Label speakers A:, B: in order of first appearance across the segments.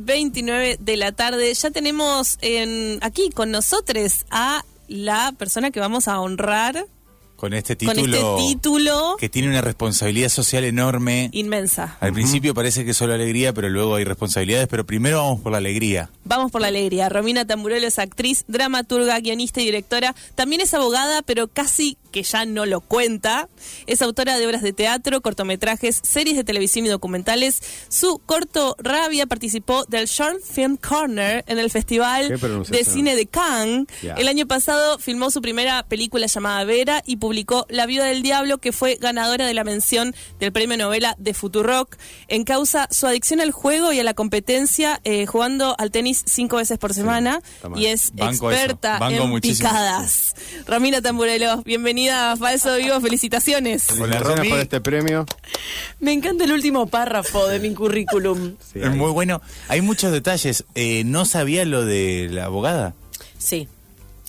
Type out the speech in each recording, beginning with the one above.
A: veintinueve de la tarde. Ya tenemos en, aquí con nosotros a la persona que vamos a honrar
B: con este título,
A: con este título
B: que tiene una responsabilidad social enorme.
A: Inmensa.
B: Al principio uh -huh. parece que solo alegría, pero luego hay responsabilidades, pero primero vamos por la alegría.
A: Vamos por la alegría. Romina Tamburello es actriz, dramaturga, guionista y directora. También es abogada, pero casi que ya no lo cuenta. Es autora de obras de teatro, cortometrajes, series de televisión y documentales. Su corto Rabia participó del Short Film Corner en el Festival de Cine de Cannes. Yeah. El año pasado filmó su primera película llamada Vera y publicó La Viuda del Diablo, que fue ganadora de la mención del premio novela de Futurock. En causa su adicción al juego y a la competencia, eh, jugando al tenis cinco veces por semana sí, y es Banco experta en muchísimo. picadas. Romina Tamburello, bienvenida a Falso Vivo, felicitaciones.
C: Felicitaciones por este premio.
D: Me encanta el último párrafo de mi currículum.
B: Sí, es muy bueno. Hay muchos detalles. Eh, no sabía lo de la abogada.
D: Sí.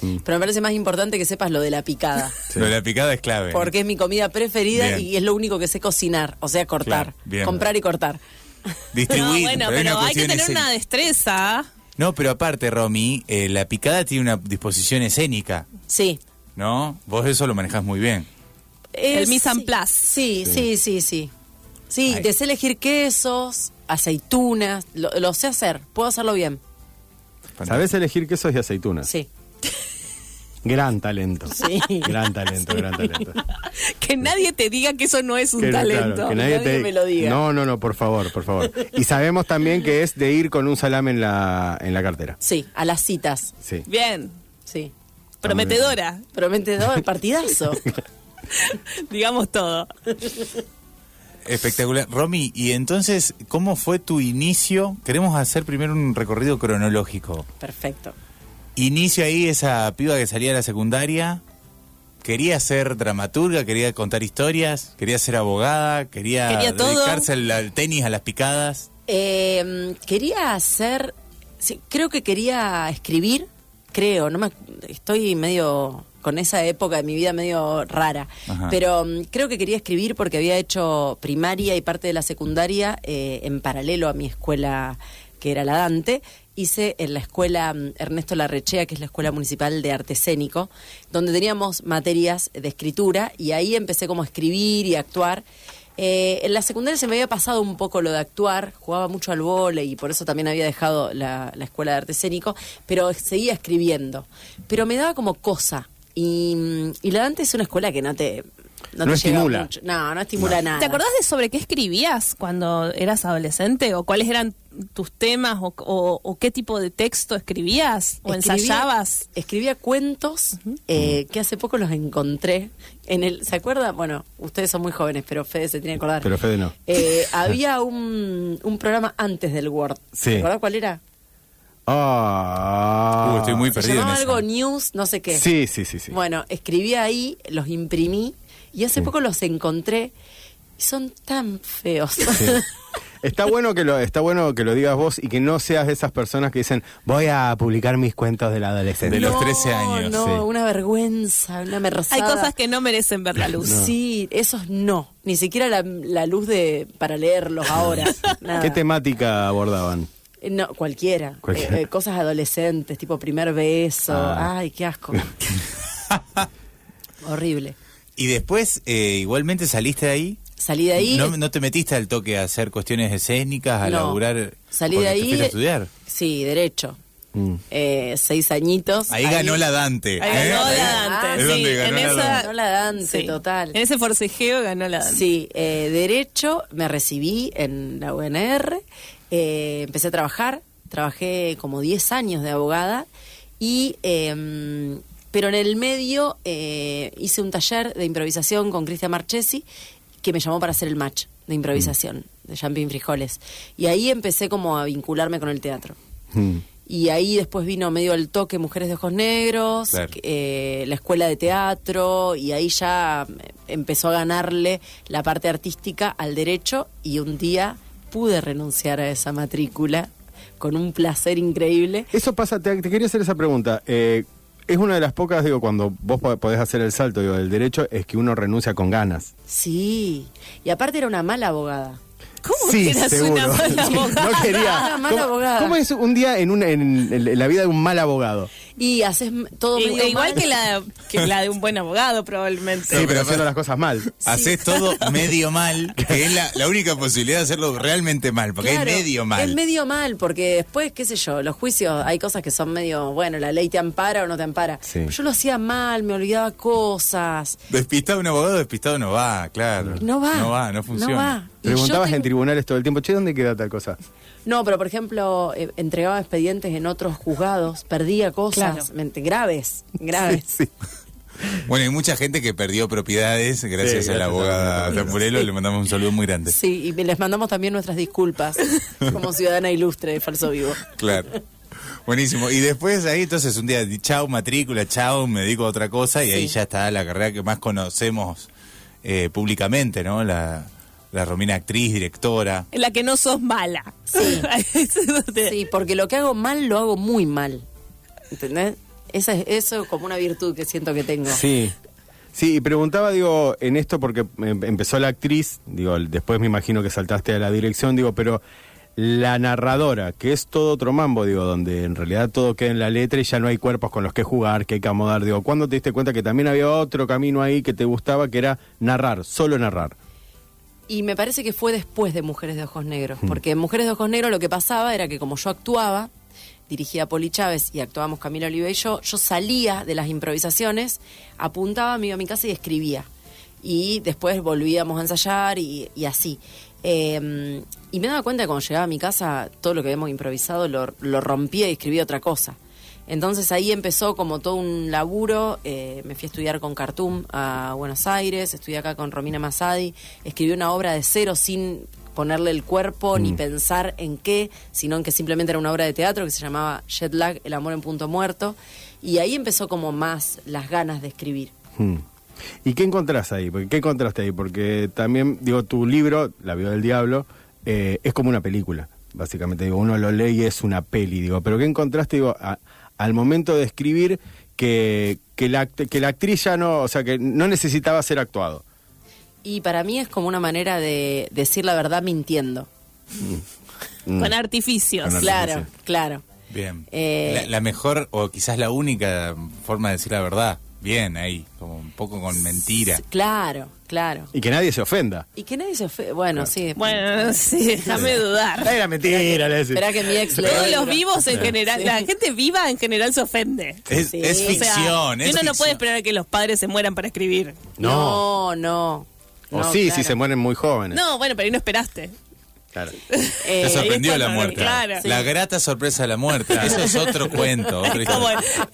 D: Mm. Pero me parece más importante que sepas lo de la picada.
B: Sí. Lo de la picada es clave.
D: Porque es mi comida preferida Bien. y es lo único que sé cocinar, o sea, cortar. Claro. Comprar y cortar.
B: Distribuir. No,
A: bueno, pero, pero hay que tener escénica. una destreza.
B: No, pero aparte, Romy, eh, la picada tiene una disposición escénica.
D: Sí.
B: ¿no? Vos eso lo manejás muy bien.
A: El, el mise en place.
D: Sí, sí, sí, sí. Sí, sí Ay. te sé elegir quesos, aceitunas, lo, lo, sé hacer, puedo hacerlo bien.
C: ¿Sabés elegir quesos y aceitunas?
D: Sí.
C: Gran talento. Sí. Gran talento, sí. gran talento.
A: Que nadie te diga que eso no es un que, talento.
C: Claro, que nadie, nadie te... me lo diga. No, no, no, por favor, por favor. Y sabemos también que es de ir con un salame en la, en la cartera.
D: Sí, a las citas.
C: Sí.
A: Bien.
D: Sí.
A: Prometedora.
D: Prometedora, partidazo.
A: Digamos todo.
B: Espectacular. Romy, y entonces, ¿cómo fue tu inicio? Queremos hacer primero un recorrido cronológico.
D: Perfecto.
B: Inicio ahí, esa piba que salía de la secundaria. Quería ser dramaturga, quería contar historias, quería ser abogada, quería,
A: quería
B: dedicarse al, al, tenis, a las picadas.
D: Eh, quería hacer. Sí, creo que quería escribir creo, no me, estoy medio con esa época de mi vida medio rara, Ajá. pero um, creo que quería escribir porque había hecho primaria y parte de la secundaria eh, en paralelo a mi escuela que era la Dante, hice en la escuela um, Ernesto Larrechea, que es la Escuela Municipal de Arte Escénico, donde teníamos materias de escritura y ahí empecé como a escribir y a actuar. Eh, en la secundaria se me había pasado un poco lo de actuar, jugaba mucho al vole y por eso también había dejado la, la, escuela de arte escénico, pero seguía escribiendo. Pero me daba como cosa. Y, mm, y la Dante es una escuela que no te.
C: No, no te estimula.
D: Mucho. No, no estimula no. nada.
A: ¿Te acordás de sobre qué escribías cuando eras adolescente? ¿O cuáles eran tus temas? ¿O, o, o qué tipo de texto escribías? ¿O escribía, ensayabas?
D: Escribía cuentos uh -huh. eh, que hace poco los encontré en el, ¿se acuerda? Bueno, ustedes son muy jóvenes, pero Fede se tiene que acordar.
C: Pero Fede no.
D: Eh, había un, un, programa antes del Word.
C: Sí.
D: ¿Se acuerdan cuál era?
C: Ah,
B: uh, estoy muy
D: se
B: perdido.
D: Llamaba
B: en
D: algo News, no sé qué.
C: Sí, sí, sí, sí.
D: Bueno, escribí ahí, los imprimí y hace sí. poco los encontré y son tan feos. Sí.
C: Está bueno que lo está bueno que lo digas vos y que no seas de esas personas que dicen voy a publicar mis cuentos de la adolescencia.
B: De los 13 años.
D: No, sí. una vergüenza, una merrazada.
A: Hay cosas que no merecen ver la luz.
D: No. Sí, esos no. Ni siquiera la, la luz de para leerlos ahora. Nada.
C: ¿Qué temática abordaban?
D: No, cualquiera. cualquiera. Eh, eh, cosas adolescentes, tipo primer beso. Ah. Ay, qué asco. Horrible.
B: Y después, eh, igualmente saliste de ahí.
D: Salí de ahí.
B: No, no, te metiste al toque a hacer cuestiones escénicas, a no. laburar.
D: Salí de ahí.
B: Te a estudiar.
D: Sí, derecho. Mm. Eh, seis añitos.
B: Ahí, ahí, ganó la Dante.
A: Ahí ganó ¿eh? la Dante. Ah, sí,
B: ¿dónde ganó
D: en
B: la
D: esa, ganó la Dante, sí. total.
A: En ese forcejeo ganó la Dante.
D: Sí, eh, derecho, me recibí en la UNR, eh, empecé a trabajar, trabajé como 10 años de abogada y em, pero en el medio eh, hice un taller de improvisación con Cristian Marchesi que me llamó para hacer el match de improvisación. de Jumping Frijoles. Y ahí empecé como a vincularme con el teatro.
C: Hmm.
D: Y ahí después vino medio el toque Mujeres de Ojos Negros,
B: Claro.
D: eh, la escuela de teatro, y ahí ya eh, empezó a ganarle la parte artística al derecho y un día pude renunciar a esa matrícula con un placer increíble.
C: Eso pasa, te, te quería hacer esa pregunta. Eh, es una de las pocas, digo, cuando vos po- podés hacer el salto digo, del derecho, es que uno renuncia con ganas.
D: Sí, y aparte era una mala abogada.
A: ¿Cómo
C: sí,
A: que eras
C: seguro.
A: una mala abogada? E
C: no quería.
D: Una mala
C: ¿Cómo-
D: abogada.
C: ¿Cómo es un día en, una- en el- en la vida de un mal abogado?
D: Y haces m- todo
A: I-
D: medio
A: Igual
D: mal.
A: que la, que la de un buen abogado, probablemente.
C: Sí, pero haciendo las cosas mal.
B: Haces todo medio mal, que es la, la única posibilidad de hacerlo realmente mal, porque
D: Claro,
B: es medio mal.
D: Es medio mal, porque después, qué sé yo, los juicios, hay cosas que son medio, bueno, la ley te ampara o no te ampara.
C: Sí.
D: Pero Yo lo hacía mal, me olvidaba cosas.
B: Despistado un abogado, despistado no va, claro.
D: No va.
B: No va, no funciona.
D: va. Y
C: Preguntabas
D: yo tengo-
C: en tribunales todo el tiempo, che, ¿dónde queda tal cosa?
D: No, pero por ejemplo, eh, entregaba expedientes en otros juzgados, perdía cosas
A: Claro.
D: mente- graves, graves.
C: Sí.
B: Bueno, hay mucha gente que perdió propiedades gracias
C: Sí,
B: a
C: gracias
B: la
C: a-
B: abogada Tamburello. Le mandamos un saludo muy grande.
D: Sí, y les mandamos también nuestras disculpas como ciudadana ilustre de Falso Vivo.
B: Claro. Buenísimo. Y después ahí, entonces, un día, di- chau, matrícula, chau, me dedico a otra cosa. Y ahí ya está la carrera que más conocemos eh, públicamente, ¿no? La, la Romina, actriz, directora.
A: En la que no sos mala.
D: Sí.
A: Eso es donde-
D: Sí, porque lo que hago mal lo hago muy mal. ¿Entendés? Esa es, eso es como una virtud que siento que tengo.
C: Sí. Sí, y preguntaba, digo, en esto porque em, empezó la actriz, digo, el- después me imagino que saltaste a la dirección, digo, pero la narradora, que es todo otro mambo, digo, donde en realidad todo queda en la letra y ya no hay cuerpos con los que jugar, que hay que acomodar, digo, ¿cuándo te diste cuenta que también había otro camino ahí que te gustaba, que era narrar, solo narrar?
D: Y me parece que fue después de Mujeres de Ojos Negros, porque en Mujeres de Ojos Negros lo que pasaba era que como yo actuaba, dirigida Poli Chávez y actuábamos Camila Oliva y yo, yo salía de las improvisaciones, apuntaba, me iba a mi casa y escribía. Y después volvíamos a ensayar y, y así. Eh, y me daba cuenta que cuando llegaba a mi casa, todo lo que habíamos improvisado lo, lo rompía y escribía otra cosa. Entonces ahí empezó como todo un laburo. eh, me fui a estudiar con Cartum a Buenos Aires, estudié acá con Romina Masadi, escribí una obra de cero sin ponerle el cuerpo ni pensar en qué, sino en que simplemente era una obra de teatro que se llamaba Jet Lag, El amor en punto muerto. Y ahí empezó como más las ganas de escribir.
C: Hmm. ¿Y qué encontrás ahí? Porque, ¿Qué encontraste ahí? Porque también, digo, tu libro, La Vida del Diablo, eh, es como una película, básicamente. Digo, uno lo lee y es una peli, digo. Pero ¿qué encontraste, digo, a- al momento de escribir que, que, la, act- que la actriz ya no, o sea, que no necesitaba ser actuado?
D: Y para mí es como una manera de decir la verdad mintiendo.
A: Con artificios.
C: Con
D: Claro, claro.
B: Bien.
D: Eh,
B: la, la mejor o quizás la única forma de decir la verdad. Bien, ahí, como un poco con mentira.
D: Claro, claro.
C: Y que nadie se ofenda.
D: Y que nadie se ofende. Bueno, sí.
A: Bueno, sí, déjame dudar.
C: Era mentira, le decís.
D: Espera que mi ex
A: Todos
D: lea.
A: los vivos en general, la gente viva en general se ofende.
B: Es,
D: Sí.
B: es
D: O sea,
A: O sea,
B: ficción. es
A: uno no
B: ficción.
A: puede esperar que los padres se mueran para escribir.
C: No.
D: No, no.
C: O
D: No,
C: sí, si
D: claro.
C: se mueren muy jóvenes.
A: No, bueno, pero ahí no esperaste.
C: Claro.
D: Eh,
B: Te
A: ahí es
B: sorprendió la
A: cuando-
B: muerte.
A: claro.
B: La
A: Sí.
B: grata sorpresa de la muerte. Eso es otro cuento. otra
A: Es como,
B: historia.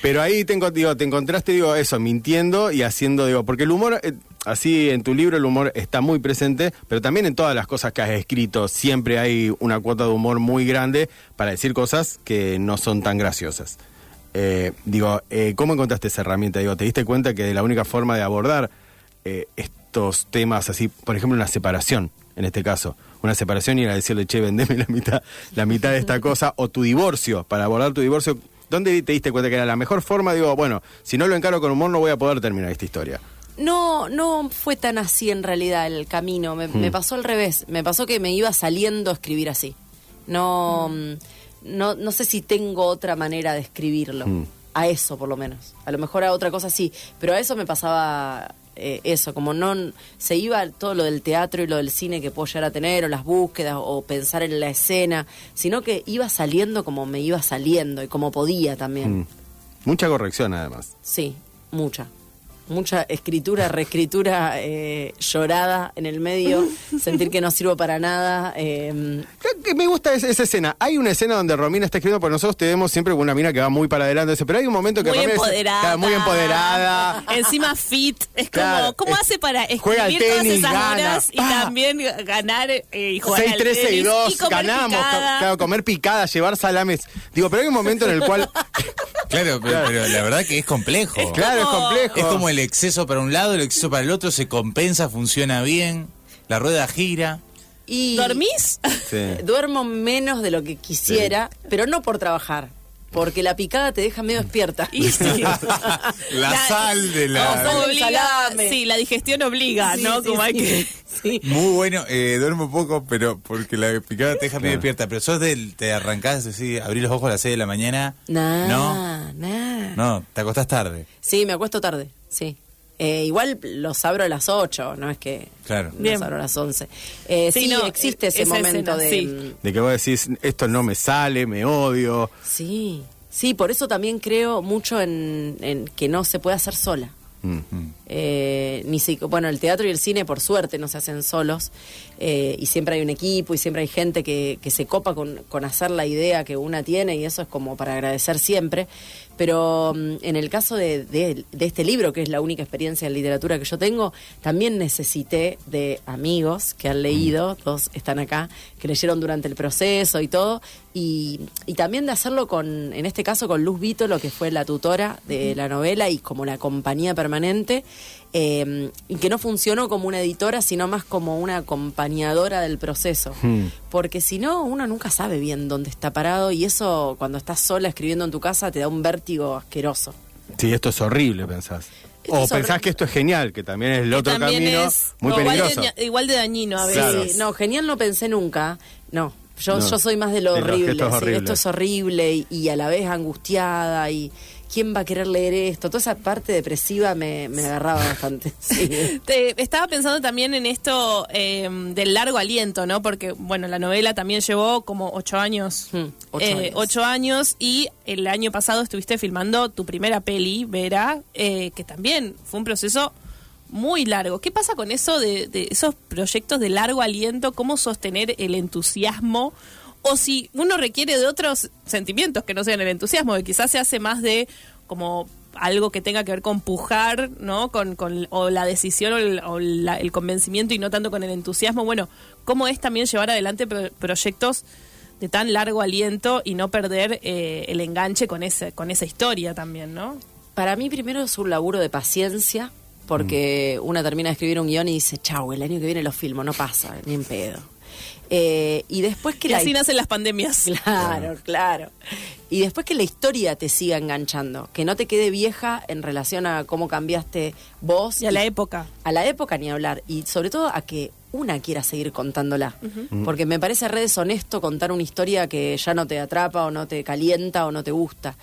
C: Pero ahí te, enco- digo, te encontraste, digo, eso, mintiendo y haciendo, digo, porque el humor, eh, así en tu libro el humor está muy presente, pero también en todas las cosas que has escrito siempre hay una cuota de humor muy grande para decir cosas que no son tan graciosas. Eh, digo, eh, ¿cómo encontraste esa herramienta? Digo, ¿te diste cuenta que la única forma de abordar eh, estos temas así, por ejemplo, una separación, en este caso, una separación y era decirle, che, vendeme la mitad, la mitad de esta cosa, o tu divorcio, para abordar tu divorcio, ¿dónde te diste cuenta que era la mejor forma? Digo, bueno, si no lo encaro con humor no voy a poder terminar esta historia.
D: No, no fue tan así en realidad el camino. Me,
C: Hmm.
D: me pasó al revés. Me pasó que me iba saliendo a escribir así. No, mm, no, no sé si tengo otra manera de escribirlo.
C: Hmm.
D: A eso, por lo menos. A lo mejor a otra cosa sí. Pero a eso me pasaba eh, eso. Como no. Se iba todo lo del teatro y lo del cine que puedo llegar a tener, o las búsquedas, o pensar en la escena. Sino que iba saliendo como me iba
C: Hmm.
D: saliendo y como podía también.
C: Mucha corrección además.
D: Sí, mucha. mucha escritura, reescritura eh, llorada en el medio, sentir que no sirvo para nada. eh,
C: Creo que me gusta es- esa escena. Hay una escena donde Romina está escribiendo, porque nosotros te vemos siempre con una mina que va muy para adelante, eso, pero hay un momento que
A: Muy
C: Romina es-
A: empoderada.
C: Claro, muy empoderada.
A: Encima fit. Es
C: Claro,
A: como, ¿cómo
C: es-
A: hace para escribir
C: juega al tenis,
A: todas esas
C: gana,
A: horas y
C: pa.
A: también ganar eh, y jugar
C: 6,
A: al
C: 3, 6,
A: tenis
C: 2,
A: y comer
C: ganamos.
A: picada?
C: Co- Claro, comer picada, llevar salames. Digo, pero hay un momento en el cual.
B: Claro, pero, pero la verdad que es complejo.
C: claro, es complejo.
B: Es como el exceso para un lado, el exceso para el otro, se compensa, funciona bien, la rueda gira.
D: y
A: ¿Dormís?
C: Sí.
D: Duermo menos de lo que quisiera, pero no por trabajar, porque la picada te deja medio despierta.
A: Y sí.
B: La sal de la-
D: La sal del
A: obliga-
D: salame.
A: sí, la digestión obliga,
D: Sí,
A: ¿no?
D: sí,
A: como hay
D: sí.
A: que.
D: Sí.
B: Muy bueno, eh, duermo poco, pero porque la picada te deja medio despierta. Pero sos del, te arrancás, así, abrís los ojos a las 6 de la mañana.
D: Nah,
B: No,
D: nah.
B: no, te acostás tarde.
D: Sí, me acuesto tarde, sí. Eh, igual los abro a las 8, no es que
B: Claro.
D: los
A: Bien.
D: abro a las 11. Eh,
A: Sí,
D: sí,
A: no, e-
D: existe ese
A: esa escena,
D: momento de...
A: sí.
D: mm,
C: De que vos decís, esto no me sale, me odio.
D: Sí, sí, por eso también creo mucho en, en que no se puede hacer sola. Eh, ni si- bueno, el teatro y el cine, por suerte, no se hacen solos. eh, y siempre hay un equipo y siempre hay gente que, que se copa con, con hacer la idea que una tiene, y eso es como para agradecer siempre. Pero mm, en el caso de, de- de este libro, que es la única experiencia en literatura que yo tengo, también necesité de amigos que han leído, todos están acá, que leyeron durante el proceso y todo, y, y también de hacerlo con, en este caso, con Luz Vito, lo que fue la tutora de la novela y como la compañía permanente, eh, y que no funcionó como una editora, sino más como una acompañadora del proceso. Porque si no, uno nunca sabe bien dónde está parado y eso cuando estás sola escribiendo en tu casa te da un vértigo asqueroso.
C: Sí, esto es horrible, pensás.
D: Esto
C: O
D: es
C: pensás
D: horrible.
C: que esto es genial, que también es el otro
A: También
C: camino,
A: es
C: muy
A: igual de
C: peligroso.
A: ña- igual de dañino a
D: Sí,
A: veces.
C: Claro.
D: no, genial no pensé nunca. No, yo,
C: No.
D: yo soy más de lo
C: De los
D: horrible.
C: gestos
D: sí,
C: horribles.
D: esto es horrible y, y a la vez angustiada y quién va a querer leer esto. Toda esa parte depresiva me, me agarraba bastante. sí.
A: Te- estaba pensando también en esto eh, del largo aliento, ¿no? Porque, bueno, la novela también llevó como ocho años.
D: Mm, ocho
A: Eh,
D: años.
A: ocho años. Y el año pasado estuviste filmando tu primera peli, Vera, eh, que también fue un proceso muy largo. ¿Qué pasa con eso de, de esos proyectos de largo aliento? ¿Cómo sostener el entusiasmo? O si uno requiere de otros sentimientos que no sean el entusiasmo, que quizás se hace más de como algo que tenga que ver con pujar, ¿no? Con, con- o la decisión o, el, o la- el convencimiento y no tanto con el entusiasmo. Bueno, ¿cómo es también llevar adelante pro- proyectos de tan largo aliento y no perder eh, el enganche con, ese, con esa historia también, ¿no?
D: Para mí primero es un laburo de paciencia, porque una termina de escribir un guión y dice, chau, el año que viene lo filmo, no pasa, ni en pedo. Eh, y después que
A: Y
D: la
A: así nacen las pandemias.
D: Claro, claro. Y después que la historia te siga enganchando, que no te quede vieja en relación a cómo cambiaste vos.
A: Y a la época.
D: A la época ni hablar. Y sobre todo a que una quiera seguir contándola. Porque me parece re deshonesto contar una historia que ya no te atrapa o no te calienta o no te gusta.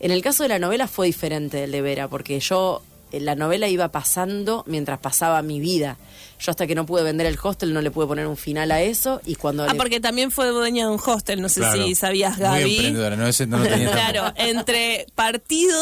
D: En el caso de la novela fue diferente del de Vera, porque yo eh, la novela iba pasando mientras pasaba mi vida. Yo hasta que no pude vender el hostel no le pude poner un final a eso y cuando
A: Ah,
D: le-
A: porque también fue dueña de un hostel, no sé
B: Claro.
A: si sabías,
B: Muy
A: Gaby.
B: emprendedora, no, ese no lo tenía tampoco.
A: Claro, entre partido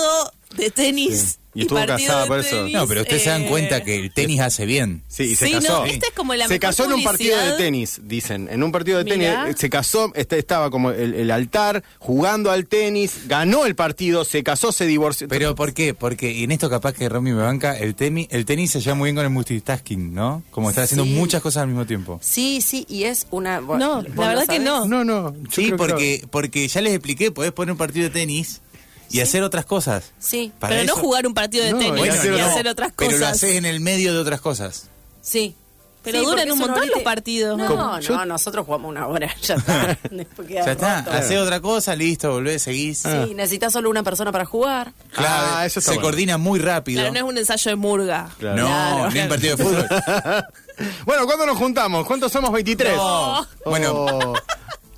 A: de tenis
C: Sí. Y estuvo
A: partido
C: casada
A: de
C: por eso.
A: tenis,
B: No, pero ustedes se dan
A: eh,
B: cuenta que el tenis hace bien.
C: Sí, y se
A: Sí, no,
C: casó.
A: esta es como la
C: se
A: mejor
C: casó en un partido de
A: publicidad.
C: tenis, dicen. En un partido de tenis
A: Mirá.
C: eh, se casó, este, estaba como el, el altar, jugando al tenis, ganó el partido, se casó, se divorció.
B: Pero ¿por qué? Porque y en esto capaz que Romy me banca, el, temi- el tenis se lleva muy bien con el multitasking, ¿no? Como estar haciendo
D: Sí.
B: muchas cosas al mismo tiempo.
D: Sí, sí, y es una... vos-
A: No,
D: vos
A: la
D: lo
A: verdad que no.
D: sabés.
C: no, no. yo
B: Sí,
C: creo que
B: porque, porque ya les expliqué, podés poner un partido de tenis y hacer otras cosas.
D: Sí,
B: Para
A: pero
B: eso-
A: no jugar un partido de
C: No,
A: tenis
C: y
B: Bueno,
C: hacer
A: y
B: no,
A: hacer otras cosas.
B: Pero lo haces en el medio de otras cosas.
D: Sí.
A: Pero
D: Sí,
A: duran
D: porque
A: un
D: eso no
A: montón los
D: viste-
A: partidos.
D: No,
C: Como-
D: no,
C: yo-
D: nosotros jugamos una hora, ya está. Después queda
B: Ya está,
D: roto.
B: haces otra cosa, listo, volvés, seguís.
A: Ah,
D: Sí, necesitas solo una persona para jugar.
B: Claro,
C: Ah, eso está
B: se
C: bueno.
B: coordina muy rápido.
A: Claro, no es un ensayo de murga.
C: Claro.
B: No,
D: Claro.
B: ni un partido de fútbol.
A: Oh.
C: Bueno, ¿cuándo nos juntamos? ¿Cuántos somos? 23.
B: No. Bueno,
C: Oh,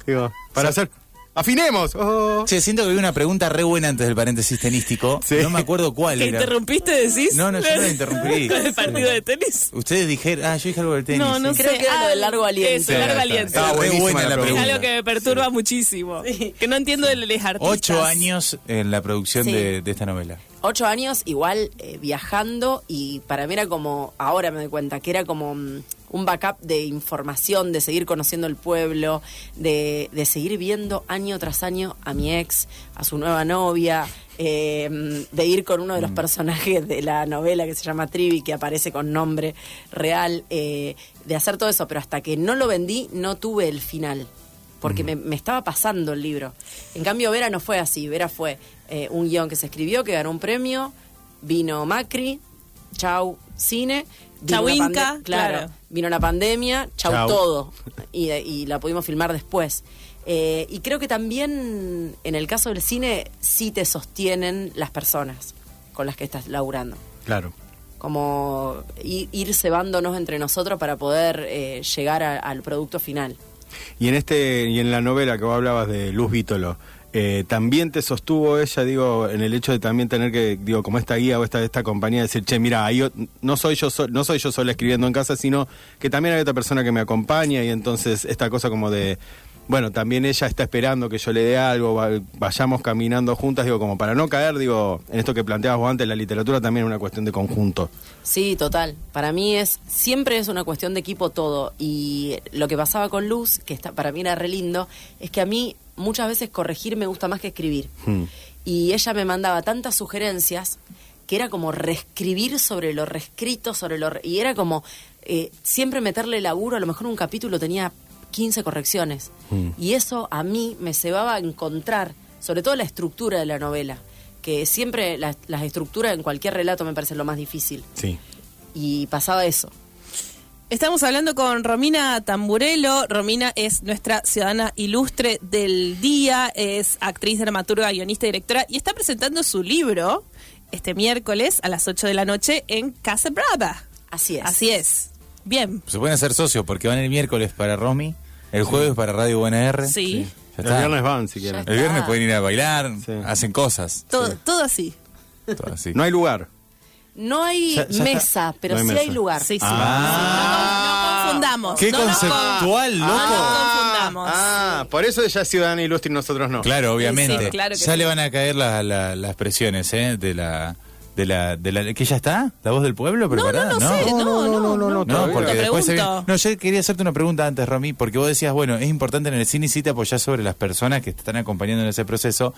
C: digo, para hacer ¡Afinemos! Oh.
B: Che, siento que había una pregunta re buena antes del paréntesis tenístico.
C: Sí.
B: No me acuerdo cuál
A: ¿Que
B: era.
A: interrumpiste, decís?
B: No, no, yo no interrumpí.
A: Con el partido de tenis.
B: Ustedes dijeron, ah, yo dije algo del tenis.
A: No, no
B: sí.
D: Creo
A: sé.
D: que era lo del largo aliento.
A: Eso,
C: Sí,
A: largo
C: está.
A: aliento.
C: Estaba
B: Re
C: buenísima
B: buena la
A: Es
B: pregunta.
A: algo que me perturba muchísimo. Que no entiendo el de los artistas.
B: Ocho años en la producción
D: Sí.
B: de, de esta novela.
D: ocho años igual eh, viajando y para mí era como, ahora me doy cuenta, que era como mm, un backup de información, de seguir conociendo el pueblo, de, de seguir viendo año tras año a mi ex, a su nueva novia, eh, mm, de ir con uno de los personajes de la novela que se llama Trivi, que aparece con nombre real, eh, de hacer todo eso, pero hasta que no lo vendí no tuve el final porque me, me estaba pasando el libro. En cambio, Vera no fue así. Vera fue eh, un guión que se escribió, que ganó un premio, vino Macri, chau cine. vino
A: Chau
D: la pande-
A: Inca,
D: claro,
A: claro.
D: Vino la pandemia, chau,
C: Chau.
D: todo. Y, y la pudimos filmar después. Eh, y creo que también en el caso del cine sí te sostienen las personas con las que estás laburando
C: Claro.
D: como i- ir cebándonos entre nosotros para poder eh, llegar a- al producto final.
C: Y en este y en la novela que vos hablabas de Luz Vítolo, eh, también te sostuvo ella, digo, en el hecho de también tener que, digo, como esta guía o esta, esta compañía, decir, che, mira, ahí o- no soy yo sol- no soy yo sola escribiendo en casa, sino que también hay otra persona que me acompaña y entonces esta cosa como de, bueno, también ella está esperando que yo le dé algo, va- vayamos caminando juntas, digo, como para no caer, digo, en esto que planteabas vos antes, la literatura también es una cuestión de conjunto.
D: Sí, total. Para mí es siempre es una cuestión de equipo todo y lo que pasaba con Luz, que está para mí era re lindo, es que a mí muchas veces corregir me gusta más que escribir. Y ella me mandaba tantas sugerencias que era como reescribir sobre lo reescrito, sobre lo re- y era como eh, siempre meterle laburo, a lo mejor un capítulo tenía 15 correcciones. Y eso a mí me cebaba a encontrar, sobre todo la estructura de la novela, que siempre la- las estructuras en cualquier relato me parece lo más difícil
C: Sí.
D: y pasaba eso.
A: Estamos hablando con Romina Tamburello. Romina es nuestra ciudadana ilustre del día, es actriz, dramaturga, guionista, directora y está presentando su libro este miércoles a las 8 de la noche en Casa Brava.
D: Así es.
A: Así es. Bien.
B: Se pueden hacer socios porque van el miércoles para Romy, el jueves para Radio UNR.
A: Sí. Ah.
B: Ya
C: El
B: está.
C: viernes van, si quieren.
B: El viernes pueden ir a bailar,
C: Sí.
B: hacen cosas.
A: Todo, todo así.
B: todo así.
C: No hay lugar.
D: No hay
C: Ya- ya
D: mesa,
C: está.
D: pero
C: No hay
D: sí hay
C: mesa.
D: lugar.
A: Sí, sí.
C: Ah.
A: No, no confundamos.
B: Qué
A: No nos con-
B: conceptual,
A: no
B: loco.
A: nos confundamos.
C: Ah, por eso ella es ciudadana ilustre y nosotros no.
B: Claro, obviamente.
A: Sí, sí, claro que
B: ya
A: sí.
B: le van a caer la- la- las presiones, ¿eh? De la, de la, de la, que ya está, la voz del pueblo preparada,
A: no, no sé. No, no, no,
C: no,
B: No,
C: todavía.
B: porque
A: Te
B: después se
A: pregunto.
B: viene- No, yo quería hacerte una pregunta antes, Romy, porque vos decías, bueno, es importante en el cine y sí te apoyás sobre las personas que te están acompañando en ese proceso.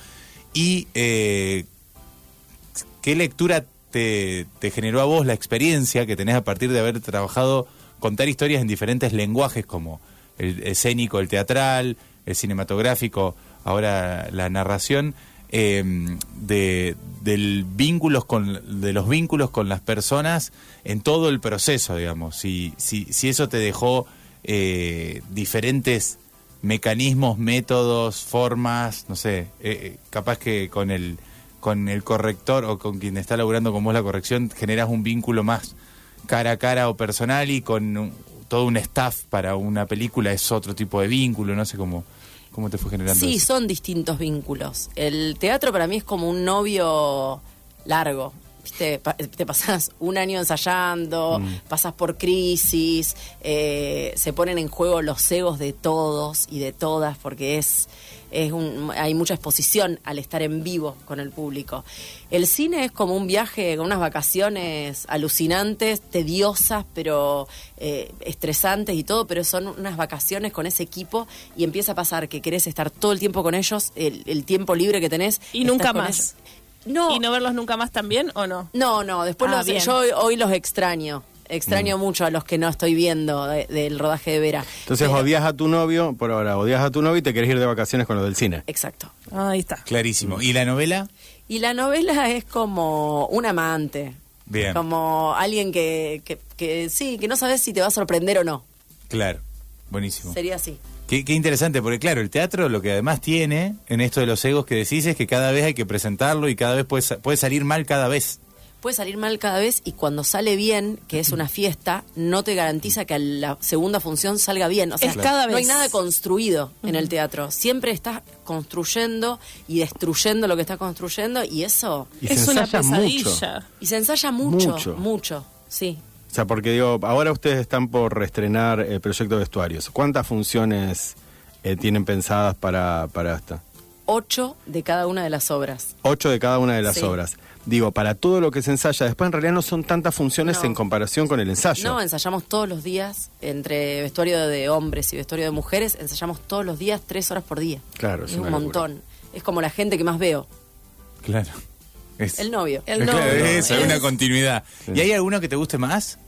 B: Y eh, ¿qué lectura te, te generó a vos la experiencia que tenés a partir de haber trabajado contar historias en diferentes lenguajes como el escénico, el teatral, el cinematográfico, ahora la narración? eh, de, del vínculos con, de los vínculos con las personas en todo el proceso, digamos. Si, si, si eso te dejó eh, diferentes mecanismos, métodos, formas, no sé, eh, eh, capaz que con el con el corrector o con quien está laburando con vos la corrección generas un vínculo más cara a cara o personal y con un- todo un staff para una película es otro tipo de vínculo, no sé cómo cómo te fue generando.
D: Sí,
B: eso.
D: son distintos vínculos. El teatro para mí es como un novio largo. ¿viste? Pa- te pasas un año ensayando,
C: Mm.
D: pasas por crisis, eh, se ponen en juego los egos de todos y de todas, porque es, es un- hay mucha exposición al estar en vivo con el público. El cine es como un viaje, con unas vacaciones alucinantes, tediosas, pero eh, estresantes y todo, pero son unas vacaciones con ese equipo y empieza a pasar que querés estar todo el tiempo con ellos, el, el tiempo libre que tenés.
A: Y
D: estás
A: nunca
D: con
A: más.
D: ellos. No,
A: ¿Y no verlos nunca más también o no?
D: no, no, después
A: Ah,
D: los-
A: bien.
D: yo hoy, hoy los extraño. Extraño mucho a los que no estoy viendo de- del rodaje de Vera.
C: Entonces
D: Pero-
C: odias a tu novio, por ahora odias a tu novio y te querés ir de vacaciones con los del cine.
D: Exacto.
A: Ahí está.
B: Clarísimo. ¿Y la novela?
D: Y la novela es como un amante.
B: Bien.
D: Como alguien que, que, que sí, que no sabes si te va a sorprender o no.
B: Claro. Buenísimo.
D: Sería así.
B: Qué, qué interesante, porque claro, el teatro lo que además tiene en esto de los egos que decís es que cada vez hay que presentarlo y cada vez puede, sa- puede salir mal cada vez.
D: puede salir mal cada vez y cuando sale bien, que es una fiesta, no te garantiza que a la segunda función salga bien. O sea,
A: Es cada
D: no hay
A: vez.
D: nada construido en el teatro. Siempre estás construyendo y destruyendo lo que estás construyendo y eso...
C: Y
A: es
C: se
A: una
C: ensaya
A: pesadilla.
C: mucho.
D: Y se ensaya mucho,
C: Mucho.
D: mucho, sí.
C: O sea, porque digo, ahora ustedes están por reestrenar el proyecto de vestuarios. ¿Cuántas funciones eh, tienen pensadas para, para esta?
D: Ocho de cada una de las obras.
C: Ocho de cada una de las
D: Sí.
C: obras. Digo, para todo lo que se ensaya, después en realidad no son tantas funciones
D: No.
C: en comparación con el ensayo.
D: No, ensayamos todos los días, entre vestuario de hombres y vestuario de mujeres, ensayamos todos los días, tres horas por día.
C: Claro, es
D: es, un
C: una locura.
D: montón. Es como la gente que más veo,
B: Claro. Es,
D: el novio.
A: El
B: Claro,
A: novio,
B: es eso, hay
A: es-
B: una continuidad.
C: Sí.
B: ¿Y hay alguno que te guste más?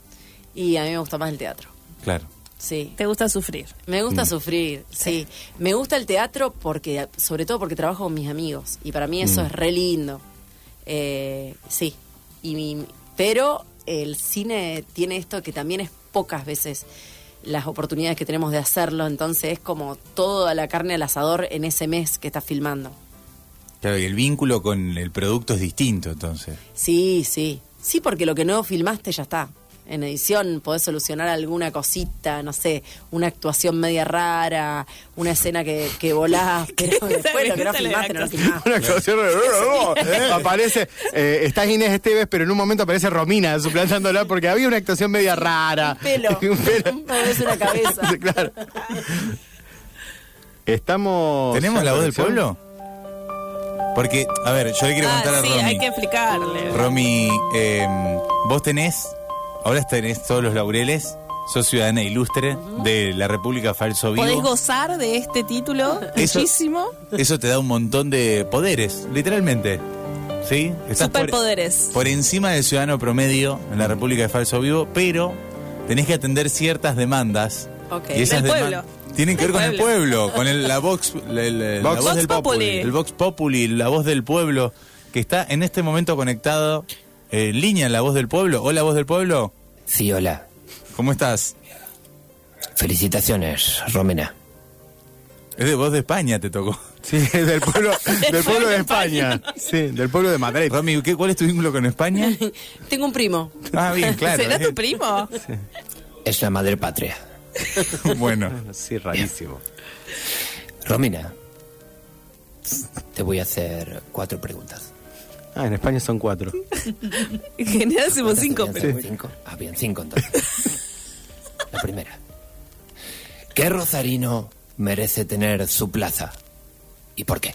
D: Y a mí me gusta más el teatro,
B: Claro.
D: sí.
A: Te gusta sufrir.
D: Me gusta sufrir, sí. Me gusta el teatro porque, sobre todo porque trabajo con mis amigos y para mí eso es re lindo. Eh, sí. Y mi- pero el cine tiene esto que también es pocas veces las oportunidades que tenemos de hacerlo, entonces es como toda la carne al asador en ese mes que estás filmando.
B: Claro, y el vínculo con el producto es distinto, entonces.
D: Sí, sí. Sí, porque lo que no filmaste ya está. En edición podés solucionar alguna cosita, no sé, una actuación media rara, una escena que, que volás, pero después lo que no
A: Esa le da
D: filmaste no lo
A: cosa.
D: filmaste.
C: Una actuación de- ¿Eh? aparece, eh, está Inés Esteves, pero en un momento aparece Romina suplantándola porque había una actuación media rara.
D: Un pelo.
C: Un pelo.
D: Es una cabeza.
C: Sí, claro.
A: Oh,
C: Estamos.
B: ¿Tenemos
C: ya
B: la voz del
C: en conexión.
B: pueblo? Porque, a ver, yo le quiero
A: Ah,
B: contar a
A: sí,
B: Romy.
A: hay que explicarle.
B: Romy, eh, vos tenés, ahora tenés todos los laureles, sos ciudadana ilustre de la República Falso Vivo.
A: Podés gozar de este título
B: Eso-
A: muchísimo.
B: Eso te da un montón de poderes, literalmente. ¿Sí? Estás por-
A: Superpoderes.
B: Por, encima del ciudadano promedio en la República de Falso Vivo, pero tenés que atender ciertas demandas.
D: Ok.
A: Del
B: deman-
A: pueblo.
B: Tienen que ver
A: Del
B: con el pueblo, con el- la vox, la, la- la
C: Vox
B: voz del
A: Populi.
B: El vox populi, la voz del pueblo, que está en este momento conectado eh, en línea en la voz del pueblo. Hola, voz del pueblo.
E: Sí, hola.
B: ¿Cómo estás?
E: Felicitaciones, Romena.
B: Es de voz de España, te tocó.
C: Sí, es del pueblo, del pueblo de España. Sí, del pueblo de Madrid.
B: Rami, ¿qué, ¿cuál es tu vínculo con España?
D: Tengo un primo.
B: Ah, bien, claro.
A: ¿Será tu primo?
E: Es la madre patria.
B: Bueno.
C: Sí, rarísimo.
E: Romina, te voy a hacer cuatro preguntas.
C: Ah, en España son cuatro.
A: En general hacemos
E: ¿Cuántas
A: cinco,
E: tenías?
A: pero.
E: ¿Cinco? Ah, bien, cinco entonces. La primera. ¿Qué rosarino merece tener su plaza? ¿Y por qué?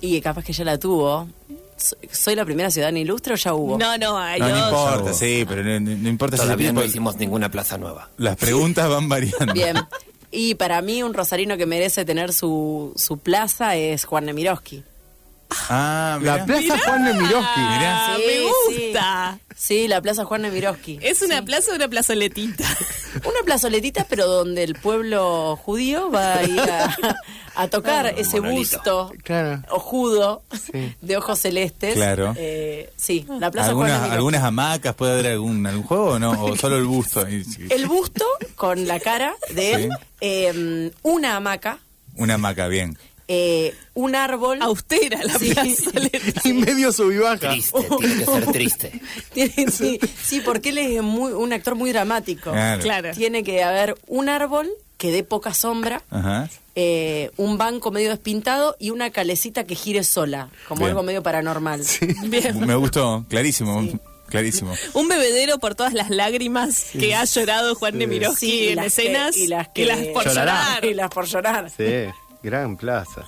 D: Y capaz que ya la tuvo. So- ¿Soy la primera ciudadana ilustre o ya hubo?
A: No, no, hay
B: No, no
A: dos.
B: importa, sí, pero no, no- no importa si se
E: Todavía no
B: pide,
E: hicimos ninguna plaza nueva.
B: Las preguntas van variando.
D: Bien. Y para mí un rosarino que merece tener su, su plaza es Juan Nemirovsky.
B: Ah, mirá.
C: La Plaza Juan de Miroski.
B: Mirá.
A: Ah,
D: Sí,
A: me
D: sí.
A: gusta.
D: Sí, la plaza Juan Nemirovsky.
A: ¿Es una plaza o una plazoletita?
D: Una plazoletita, pero donde el pueblo judío va a ir a, a tocar ese
E: monolito.
D: busto
C: Claro.
D: ojudo
C: Sí.
D: de ojos celestes.
B: Claro.
D: Eh, sí, la plaza Juan
B: ¿Algunas,
D: Ramiro.
B: algunas hamacas? ¿Puede haber algún, algún juego o no? ¿O solo el busto? ahí?
D: El busto con la cara de él,
B: Sí.
D: eh, una hamaca,
B: Una hamaca, bien.
D: eh, un árbol.
A: Austera la
D: Sí.
A: plazoleta.
C: Y medio sub y baja.
E: Triste, tiene que ser triste.
D: Tiene- sí, sí, porque él es muy- un actor muy dramático.
B: Claro.
A: Claro.
D: Tiene que haber un árbol que dé poca sombra.
B: Ajá.
D: eh, un banco medio despintado y una calecita que gire sola, como
B: Bien.
D: algo medio paranormal.
B: Me gustó, clarísimo, clarísimo.
A: Un bebedero por todas las lágrimas que ha llorado Juan Nemirovsky
D: Sí, y
A: en
D: las que-
A: escenas
D: y las que-
A: por
C: Llorará.
A: llorar.
D: Y las por llorar.
C: Sí, gran plaza.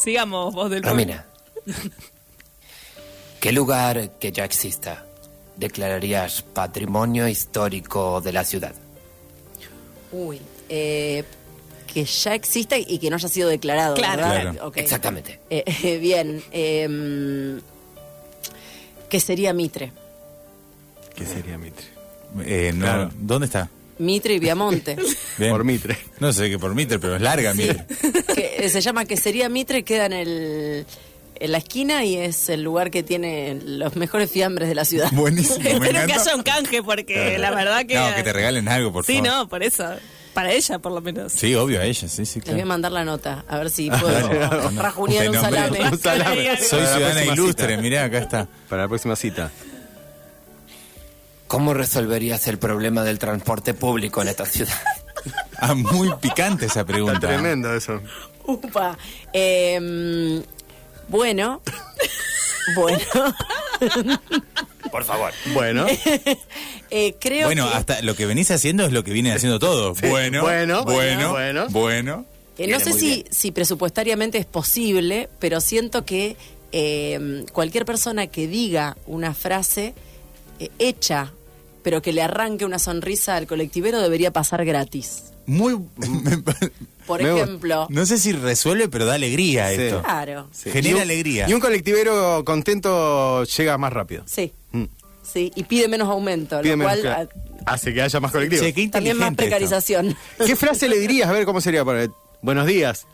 A: Sigamos, vos del pueblo.
E: Romina, ¿qué lugar que ya exista declararías patrimonio histórico de la ciudad?
D: Uy, eh, que ya exista y que no haya sido declarado.
A: Claro.
D: ¿verdad?
B: Claro.
D: Ok.
E: Exactamente.
D: Eh, eh, bien, eh, que sería Mitre.
C: ¿Qué sería Mitre?
B: Eh, no,
C: Claro.
B: ¿Dónde está?
D: Mitre y Viamonte.
B: Bien.
C: Por Mitre.
B: No sé qué por Mitre, pero es larga, Mitre.
D: que, eh, se llama Que sería Mitre, queda en, el, en la esquina y es el lugar que tiene los mejores fiambres de la ciudad.
B: Buenísimo, me
A: Espero que
B: encanta.
A: haya un canje porque la verdad que...
B: No, que te regalen algo, por
A: Sí,
B: favor.
A: no, por eso. Para ella, por lo menos.
B: Sí, obvio, a ella, sí, sí,
D: Les voy a
B: claro.
D: mandar la nota, a ver si puedo
B: Dale.
D: rajunear un
B: Te nombré.
D: salame.
C: Un salame.
B: Soy
C: Para la
B: ciudadana
C: próxima
B: ilustre,
C: cita.
B: mirá, acá está.
C: Para la próxima cita.
E: ¿Cómo resolverías el problema del transporte público en esta ciudad?
B: Ah, muy picante esa
C: Está
B: pregunta.
C: tremendo eso.
D: Upa. Eh, bueno. bueno.
E: Por favor.
C: Bueno,
D: Eh, creo
B: Bueno,
D: que,
B: hasta lo que venís haciendo es lo que vienen haciendo todos. Bueno,
C: Bueno,
B: bueno, bueno,
C: bueno.
B: bueno.
D: que no
E: Viene
D: sé
E: muy
D: si,
E: bien.
D: si presupuestariamente es posible, pero siento que eh, cualquier persona que diga una frase eh, hecha, pero que le arranque una sonrisa al colectivero debería pasar gratis.
B: Muy.
D: Por
C: Me gusta.
D: ejemplo.
B: no sé si resuelve, pero da alegría
C: Sí.
B: esto.
D: Claro. Sí.
C: Y
B: Genera
C: un-
B: alegría.
C: Y un colectivero contento llega más rápido.
D: Sí.
C: Mm.
D: Y pide menos aumento,
C: Pide
D: lo
C: menos cla-
D: cual ah,
C: hace que haya más colectivos.
B: Che, qué
D: también más
B: inteligente esto.
D: precarización.
C: ¿Qué frase le dirías? A ver cómo sería para Buenos días.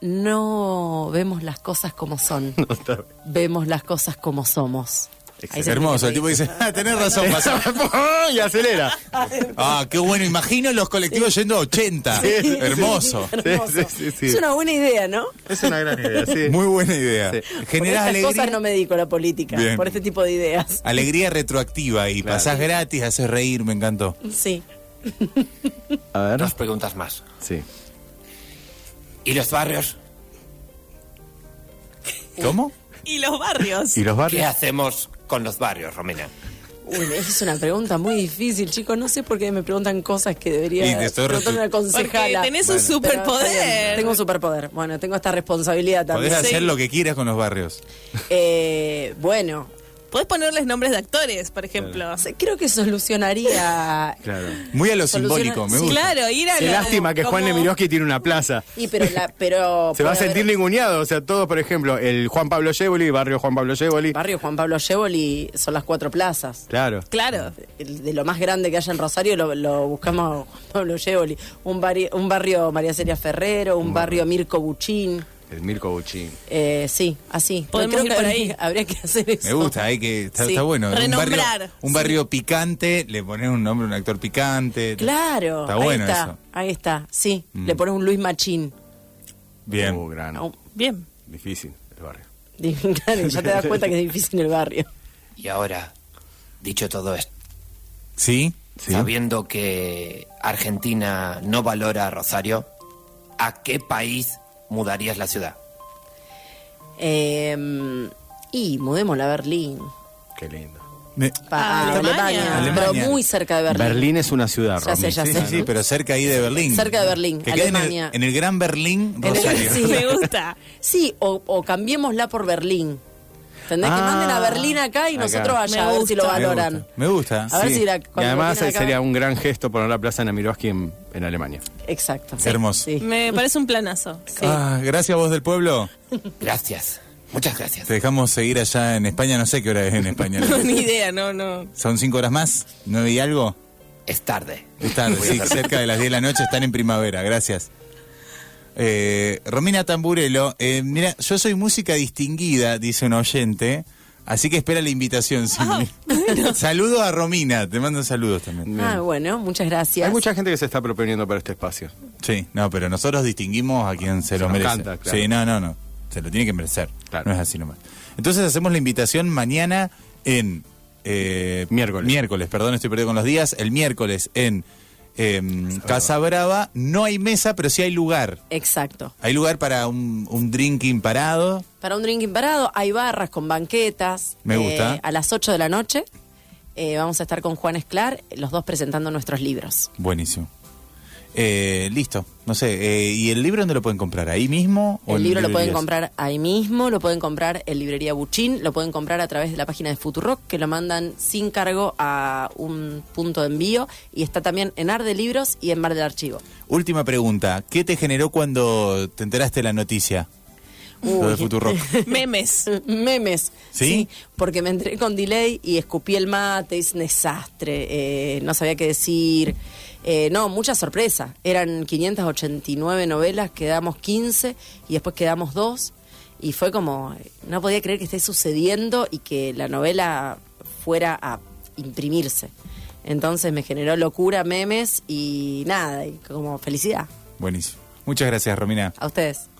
D: No vemos las cosas como son.
C: No, está bien.
D: vemos las cosas como somos. Ahí se
B: Hermoso, el tipo
D: tiene que
B: dice, ah, tenés razón, pasó.
C: y acelera.
B: Ah, qué bueno, imagino los colectivos yendo a 80. Hermoso.
D: ir.
C: Sí,
D: Hermoso.
C: sí, sí, sí.
D: Es una buena idea, ¿no?
C: Es una gran idea, sí.
B: Muy buena idea.
C: Sí.
D: Por
B: Generás
D: estas
B: alegría,
D: cosas no me dedico a la política,
B: Bien.
D: por este tipo de ideas.
B: alegría retroactiva y pasás gratis, haces reír, me encantó.
D: Sí.
C: A ver.
E: Dos preguntas más.
C: Sí.
E: ¿Y los barrios?
B: ¿Cómo?
A: Y los barrios.
C: ¿Y los
E: ¿Qué
C: barrios?
E: hacemos con los barrios, Romina?
D: Uy, es una pregunta muy difícil, chicos. No sé por qué me preguntan cosas que
B: Y
D: debería
B: te estoy
D: preguntarle a una
A: Porque
D: concejala.
A: tenés un
D: Pero está bien,
A: superpoder.
D: Tengo un superpoder. Bueno, tengo esta responsabilidad
B: Podés
D: también.
B: hacer
A: Sí.
B: lo que quieras con los barrios.
D: Eh, bueno,
A: Podés ponerles nombres de actores, por ejemplo. Sí,
D: creo que solucionaría
C: Claro.
B: Muy a lo
D: Soluciona-
B: simbólico, me
D: sí,
B: gusta.
A: Claro, ir a
C: Qué
A: la-
C: lástima que Juan
A: como-
C: Nemirovsky tiene una plaza.
D: Y pero la, pero
C: Se va a
D: puede
C: sentir
D: haber-
C: ninguneado. O sea, todos, por ejemplo, el Juan Pablo Yevoli, barrio Juan Pablo Yevoli.
D: barrio Juan Pablo Yevoli son las cuatro plazas.
C: Claro.
A: Claro.
D: El- De lo más grande que haya en Rosario lo, lo buscamos Juan Pablo Yevoli. Un, barrio un barrio María Celia Ferrero, un barrio Mirko Buchín.
C: El Mirko Buchín.
D: Eh, sí, así.
A: Podemos
D: Creo
A: ir
D: que
A: por
D: habría-
A: ahí.
D: Habría que hacer eso.
B: Me gusta, hay que, está,
D: Sí.
B: está bueno. Un barrio- Un
A: Renombrar.
B: barrio, picante, le pones un nombre a un actor picante.
D: Claro,
B: Está
D: ahí
B: bueno
D: está,
B: eso. Mm.
D: ahí está, sí. Le pones un Luis Machín.
B: Bien.
C: Uh, gran.
D: No.
A: Bien.
C: Difícil el barrio.
D: Claro, ya te das cuenta que es difícil el barrio.
E: Y ahora, dicho todo esto,
B: ¿Sí?
E: sabiendo que Argentina no valora a Rosario, ¿a qué país mudarías la ciudad?
D: Eh, y mudémosla a Berlín.
C: Qué lindo.
B: Me-
D: Pa-
A: Ah,
D: a Alemania.
A: Alemania.
B: Alemania.
D: Pero muy cerca de Berlín.
C: Berlín es una ciudad,
D: Ya sé,
C: Romy.
D: ya
B: sí,
D: sé.
B: sí, sí, pero cerca ahí de Berlín.
D: Cerca de Berlín,
B: Que quede en el-
D: Alemania.
B: En el, Gran Berlín,
D: En el-
B: Rosario.
D: Sí.
A: Me gusta.
D: Sí, o, o cambiémosla por Berlín. ¿Entendés? que
C: Ah,
D: manden a Berlín acá y
C: acá.
D: nosotros
A: Me
D: allá, a ver si lo
A: gusta.
B: Me
D: valoran.
B: gusta. Me gusta.
D: A ver
B: sí.
D: si la,
C: Y
D: cuando
C: además
D: lo tienen acá-
C: sería un gran gesto poner la plaza Namirovsky en, en Alemania.
D: Exacto.
B: Hermoso.
D: Sí.
A: Me parece un planazo.
D: sí.
B: Ah, gracias, voz del pueblo.
E: Gracias, muchas gracias.
B: Te dejamos seguir allá en España. No sé qué hora es en España.
A: Ni idea, no, no.
B: ¿Son cinco horas más? ¿Nueve y algo?
E: Es tarde.
B: Están, sí, cerca de las 10 de la noche, están en primavera, gracias. Eh, Romina Tamburello, eh, mira, yo soy música distinguida, dice un oyente, así que espera la invitación. Silvia. Saludo a Romina, te mando saludos también.
D: Ah, bueno, muchas gracias.
C: Hay mucha gente que se está proponiendo para este espacio.
B: Sí, no, pero nosotros distinguimos a quien se
C: Se
B: lo
C: nos
B: merece.
C: canta, claro.
B: Sí, no, no, no, se lo tiene que merecer,
C: Claro.
B: no es así nomás. Entonces hacemos la invitación mañana en... eh,
C: Miércoles.
B: Miércoles, perdón, estoy perdido con los días. El miércoles en em, Casa Brava no hay mesa, pero sí hay lugar.
D: Exacto.
B: Hay lugar para un, un drinking parado.
D: Para un drinking parado hay barras con banquetas. eh,
B: Me gusta.
D: A las 8 de la noche eh, vamos a estar con Juan Esclar, los dos presentando nuestros libros.
B: Buenísimo. Eh, listo, no sé. eh, ¿Y el libro dónde lo pueden comprar? ¿Ahí mismo? o en
D: El libro lo pueden
B: librerías?
D: comprar ahí mismo, lo pueden comprar en librería Buchín, lo pueden comprar a través de la página de Futurock, que lo mandan sin cargo a un punto de envío y está también en Ar de Libros y en Mar del Archivo.
B: Última pregunta. ¿Qué te generó cuando te enteraste de la noticia? Lo de
D: Uy.
B: Futurock.
A: Memes.
D: Memes.
B: ¿Sí?
D: porque me entré con delay y escupí el mate, es un desastre, eh, no sabía qué decir. Eh, no, mucha sorpresa. Eran 589 novelas, quedamos 15 y después quedamos dos. Y fue como, eh, no podía creer que esté sucediendo y que la novela fuera a imprimirse. Entonces me generó locura, memes y nada, y como felicidad.
B: Buenísimo. Muchas gracias, Romina.
D: A ustedes.